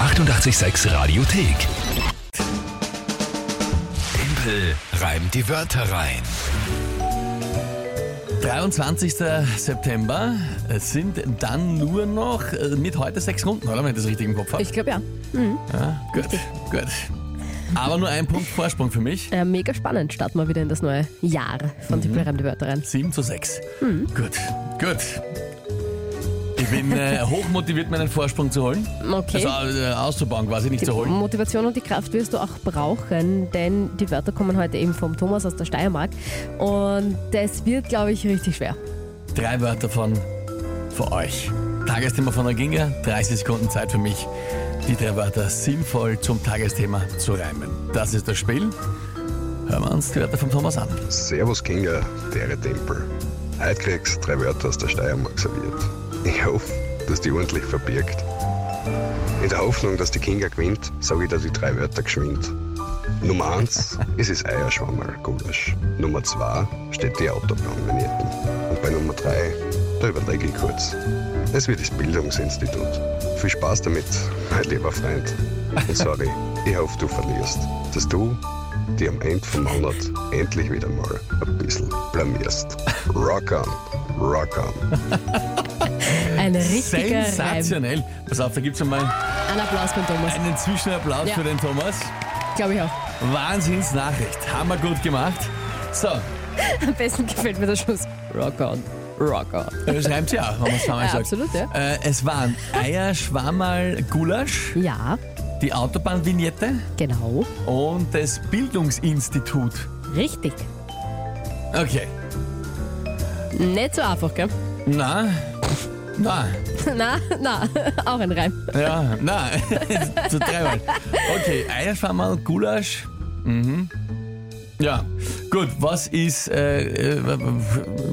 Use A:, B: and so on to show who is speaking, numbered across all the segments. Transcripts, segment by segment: A: 886 Radiothek. Tempel reimt die Wörter rein.
B: 23. September es sind dann nur noch äh, mit heute sechs Runden, oder? Wenn ich das richtig im Kopf habe.
C: Ich glaube ja.
B: Gut, gut. Aber nur ein Punkt Vorsprung für mich.
C: Äh, mega spannend. Starten wir wieder in das neue Jahr von mhm. die Plärende Wörter rein.
B: 7 zu 6.
C: Mhm.
B: Gut, gut. Ich bin äh, hochmotiviert, meinen Vorsprung zu holen.
C: Okay.
B: Also äh, auszubauen, quasi nicht
C: die
B: zu holen.
C: Motivation und die Kraft wirst du auch brauchen, denn die Wörter kommen heute eben vom Thomas aus der Steiermark. Und das wird, glaube ich, richtig schwer.
B: Drei Wörter von für euch. Tagesthema von der Ginga, 30 Sekunden Zeit für mich, die drei Wörter sinnvoll zum Tagesthema zu reimen. Das ist das Spiel. Hören wir uns die Wörter von Thomas an.
D: Servus Kinga, der Tempel. Heute kriegst du drei Wörter aus der Steiermark serviert. Ich hoffe, dass die ordentlich verbirgt. In der Hoffnung, dass die Kinga gewinnt, sage ich dir die drei Wörter geschwind. Nummer eins, es ist Eierschwammerl, Gulasch. Nummer zwei steht die Autobahnvinierten. Und bei Nummer drei, da überlege ich kurz. Es wird das Bildungsinstitut. Viel Spaß damit, mein lieber Freund. Und sorry, ich hoffe, du verlierst. Dass du die am Ende vom Monat endlich wieder mal ein bisschen blamierst. Rock on, rock on.
C: Ein richtiger Reim.
B: Sensationell. Pass auf, da gibt es einmal
C: Ein Applaus beim Thomas.
B: einen Zwischenapplaus
C: Ja.
B: für den Thomas.
C: Glaube ich auch.
B: Wahnsinnsnachricht. Hammer gut gemacht. So,
C: Am besten gefällt mir der Schluss. Rock on. Rock on.
B: das reimt ja auch, wenn man es zweimal
C: Ja,
B: sagt.
C: absolut, ja.
B: Äh, es waren Eier, Schwammerl, Gulasch,
C: Ja,
B: die Autobahnvignette
C: genau.
B: und das Bildungsinstitut.
C: Richtig.
B: Okay.
C: Nicht so einfach, gell?
B: Na, na,
C: Na, na, auch ein Reim.
B: ja, na. Zu dreimal. Okay, Eierschwammerl, Gulasch. Mhm. Ja, gut, was ist, äh, äh, was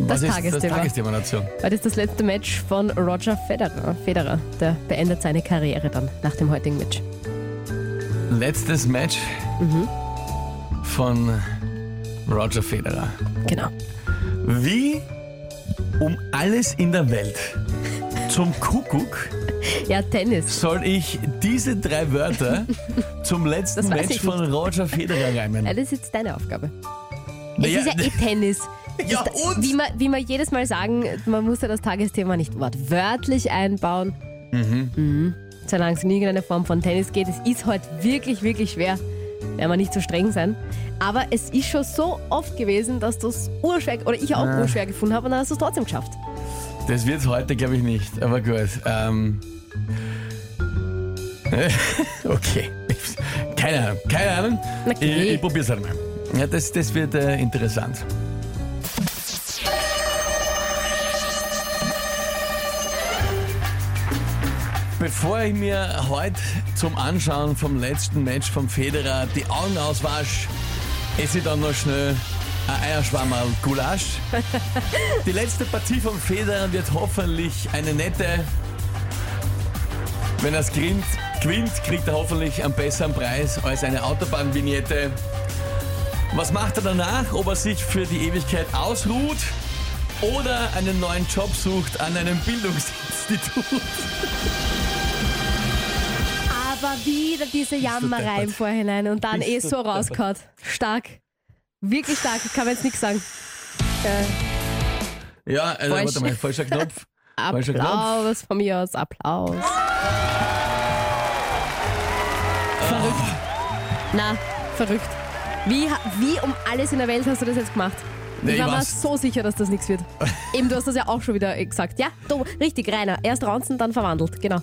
C: Das
B: ist das
C: Tagesthema.
B: Tagesthema dazu?
C: Heute ist das letzte Match von Roger Federer. Federer, der beendet seine Karriere dann nach dem heutigen Match.
B: Letztes Match
C: Mhm.
B: von Roger Federer.
C: Genau.
B: Wie um alles in der Welt zum Kuckuck
C: Ja, Tennis.
B: soll ich diese drei Wörter zum letzten
C: Das weiß
B: Match
C: ich Äh,
B: von Roger Federer reimen?
C: Ja, das ist jetzt deine Aufgabe.
B: Naja,
C: es ist ja eh Tennis.
B: Ja,
C: Das-
B: und?
C: Wie man, wie man jedes Mal sagen, man muss ja das Tagesthema nicht wortwörtlich einbauen. Mhm. Mhm. Solange es in irgendeine Form von Tennis geht. Es ist heute wirklich, wirklich schwer, wenn wir nicht zu streng sein. Aber es ist schon so oft gewesen, dass du es urschwer, oder ich auch urschwer gefunden habe und dann hast du es trotzdem geschafft.
B: das wird's heute, glaube ich, nicht. Aber gut. Ähm, okay. Keine Ahnung. Keine Ahnung.
C: Okay.
B: Ich, ich probier's halt mal. Ja, das, das wird äh, interessant. Bevor ich mir heute zum Anschauen vom letzten Match vom Federer die Augen auswasch, esse ich dann noch schnell ein Eierschwammerl Gulasch. Die letzte Partie vom Federer wird hoffentlich eine nette. Wenn er es gewinnt, gewinnt, kriegt er hoffentlich einen besseren Preis als eine Autobahnvignette. Was macht er danach? Ob er sich für die Ewigkeit ausruht oder einen neuen Job sucht an einem Bildungsinstitut?
C: Aber wieder diese Jammerei im
B: deppert.
C: Vorhinein und dann
B: Bist
C: eh
B: du
C: so
B: deppert.
C: rausgehaut. Stark. Wirklich stark, kann man jetzt nichts sagen. Äh,
B: Ja, also,
C: Falsch.
B: warte mal, falscher Knopf. Falscher Knopf.
C: Applaus von mir aus, Applaus. Verrückt. Na, verrückt. Wie, ha- wie um alles in der Welt hast du das jetzt gemacht?
B: Nee,
C: ich war
B: ich
C: mir
B: weiß.
C: so sicher, dass das nichts wird. Eben, du hast das ja auch schon wieder gesagt. Ja, du, richtig, Rainer. Erst raunzen, dann verwandelt. Genau.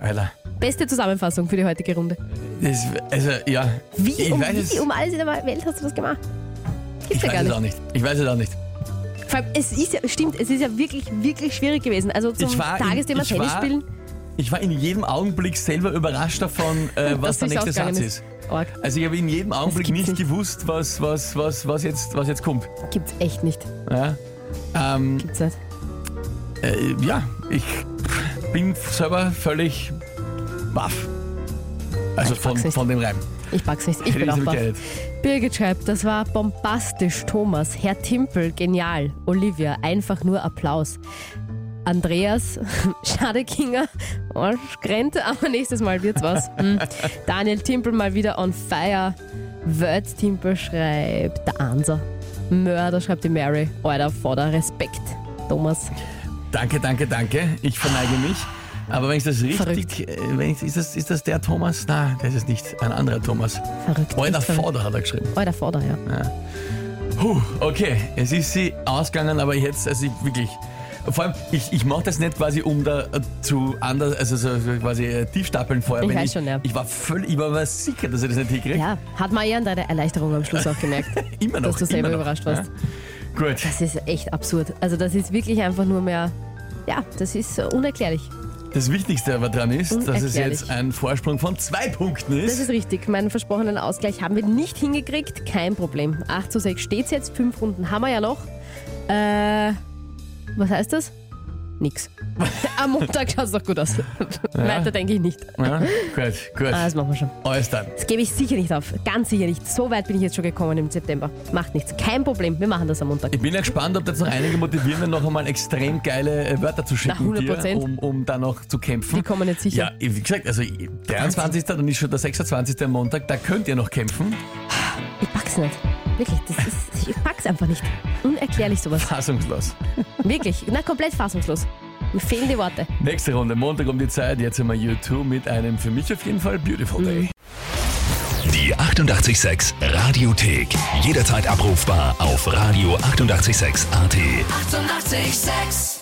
B: Alter.
C: Beste Zusammenfassung für die heutige Runde.
B: Das, also, ja.
C: Wie,
B: ich
C: um,
B: weiß
C: wie
B: es,
C: um alles in der Welt hast du das gemacht? Gibt's
B: ich
C: ja
B: weiß
C: gar
B: es
C: nicht.
B: auch nicht. Ich weiß es auch nicht.
C: Vor allem, es ist ja, stimmt, es ist ja wirklich, wirklich schwierig gewesen. Also zum
B: Ich war in-
C: Tagesthema
B: ich
C: Tennis
B: war-
C: spielen,
B: Ich war in jedem Augenblick selber überrascht davon, äh, was
C: dass
B: der
C: sich's
B: nächste
C: ausgegangen
B: Satz ist.
C: Org.
B: Also ich habe in jedem Augenblick
C: gibt's
B: nicht,
C: nicht.
B: gewusst, was, was, was, was, jetzt, was jetzt kommt.
C: Gibt's echt nicht.
B: Ja, ähm,
C: Gibt's nicht.
B: äh, ja ich bin selber völlig baff. Also
C: Ich pack's
B: von,
C: nicht.
B: von dem Reim.
C: Ich pack's nicht. Ich
B: Hätte
C: bin auch
B: so
C: baff.
B: geredet.
C: Birgit schreibt, das war bombastisch. Thomas, Herr Timpel, genial. Olivia, einfach nur Applaus. Andreas, schade Kinger, Arschgrenze, aber nächstes Mal wird's was. Hm. Daniel Timpel mal wieder on fire. Word Timpel schreibt der Anser. Mörder schreibt die Mary. Alter, Vater, Respekt. Thomas.
B: Danke, danke, danke. Ich verneige mich. Aber wenn ich das richtig, äh, wenn ich, ist, das, ist das der Thomas? Nein, das ist nicht ein anderer Thomas.
C: Verrückt.
B: Euer
C: echt verrückt.
B: Vorder hat er geschrieben.
C: Alter, Vater, ja.
B: Puh, okay, es ist sie ausgegangen, aber jetzt, also ich wirklich. Vor allem, ich, ich mache das nicht quasi um da äh, zu anders, also so so quasi äh, tiefstapeln vorher.
C: Ich
B: wenn
C: weiß schon, ja.
B: Ich war völlig, ich war mir sicher, dass ich das nicht hinkriege.
C: Ja, hat man eher an deiner Erleichterung am Schluss auch gemerkt,
B: Immer noch.
C: dass du selber
B: immer noch,
C: überrascht warst.
B: Ja. Gut.
C: Das ist echt absurd. Also das ist wirklich einfach nur mehr, ja, das ist äh, unerklärlich.
B: Das Wichtigste aber dran ist, dass es
C: Unerklärlich.
B: jetzt ein Vorsprung von zwei Punkten
C: Hm, Das ist
B: ist.
C: richtig. Meinen versprochenen Ausgleich haben wir nicht hingekriegt. Kein Problem. 8 zu 6 steht's jetzt. Fünf Runden haben wir ja noch. Äh, was heißt das? Nix. Am Montag schaut's doch gut aus. Weiter denke ich nicht.
B: Ja, gut, gut.
C: Ah, das machen wir schon.
B: Alles dann.
C: Das gebe ich sicher nicht auf. Ganz sicher nicht. So weit bin ich jetzt schon gekommen im September. Macht nichts. Kein Problem. Wir machen das am Montag.
B: Ich bin ja gespannt, ob da jetzt noch einige motivieren, mir noch einmal extrem geile äh, Wörter zu schicken,
C: 100%.
B: dir, um, um da noch zu kämpfen.
C: Die kommen jetzt
B: Ja,
C: sicher.
B: wie gesagt, also 23. und ist schon der 26. am Montag, da könnt ihr noch kämpfen.
C: Ich pack's nicht. Wirklich, das ist, ich pack's einfach nicht. Unerklärlich sowas.
B: Fassungslos.
C: Wirklich. Na, komplett fassungslos. Mir fehlen die Worte.
B: Nächste Runde, Montag um die Zeit, jetzt immer YouTube mit einem für mich auf jeden Fall Beautiful Day.
A: Die 886 Radiothek. Jederzeit abrufbar auf radio886.at. 886!
E: 886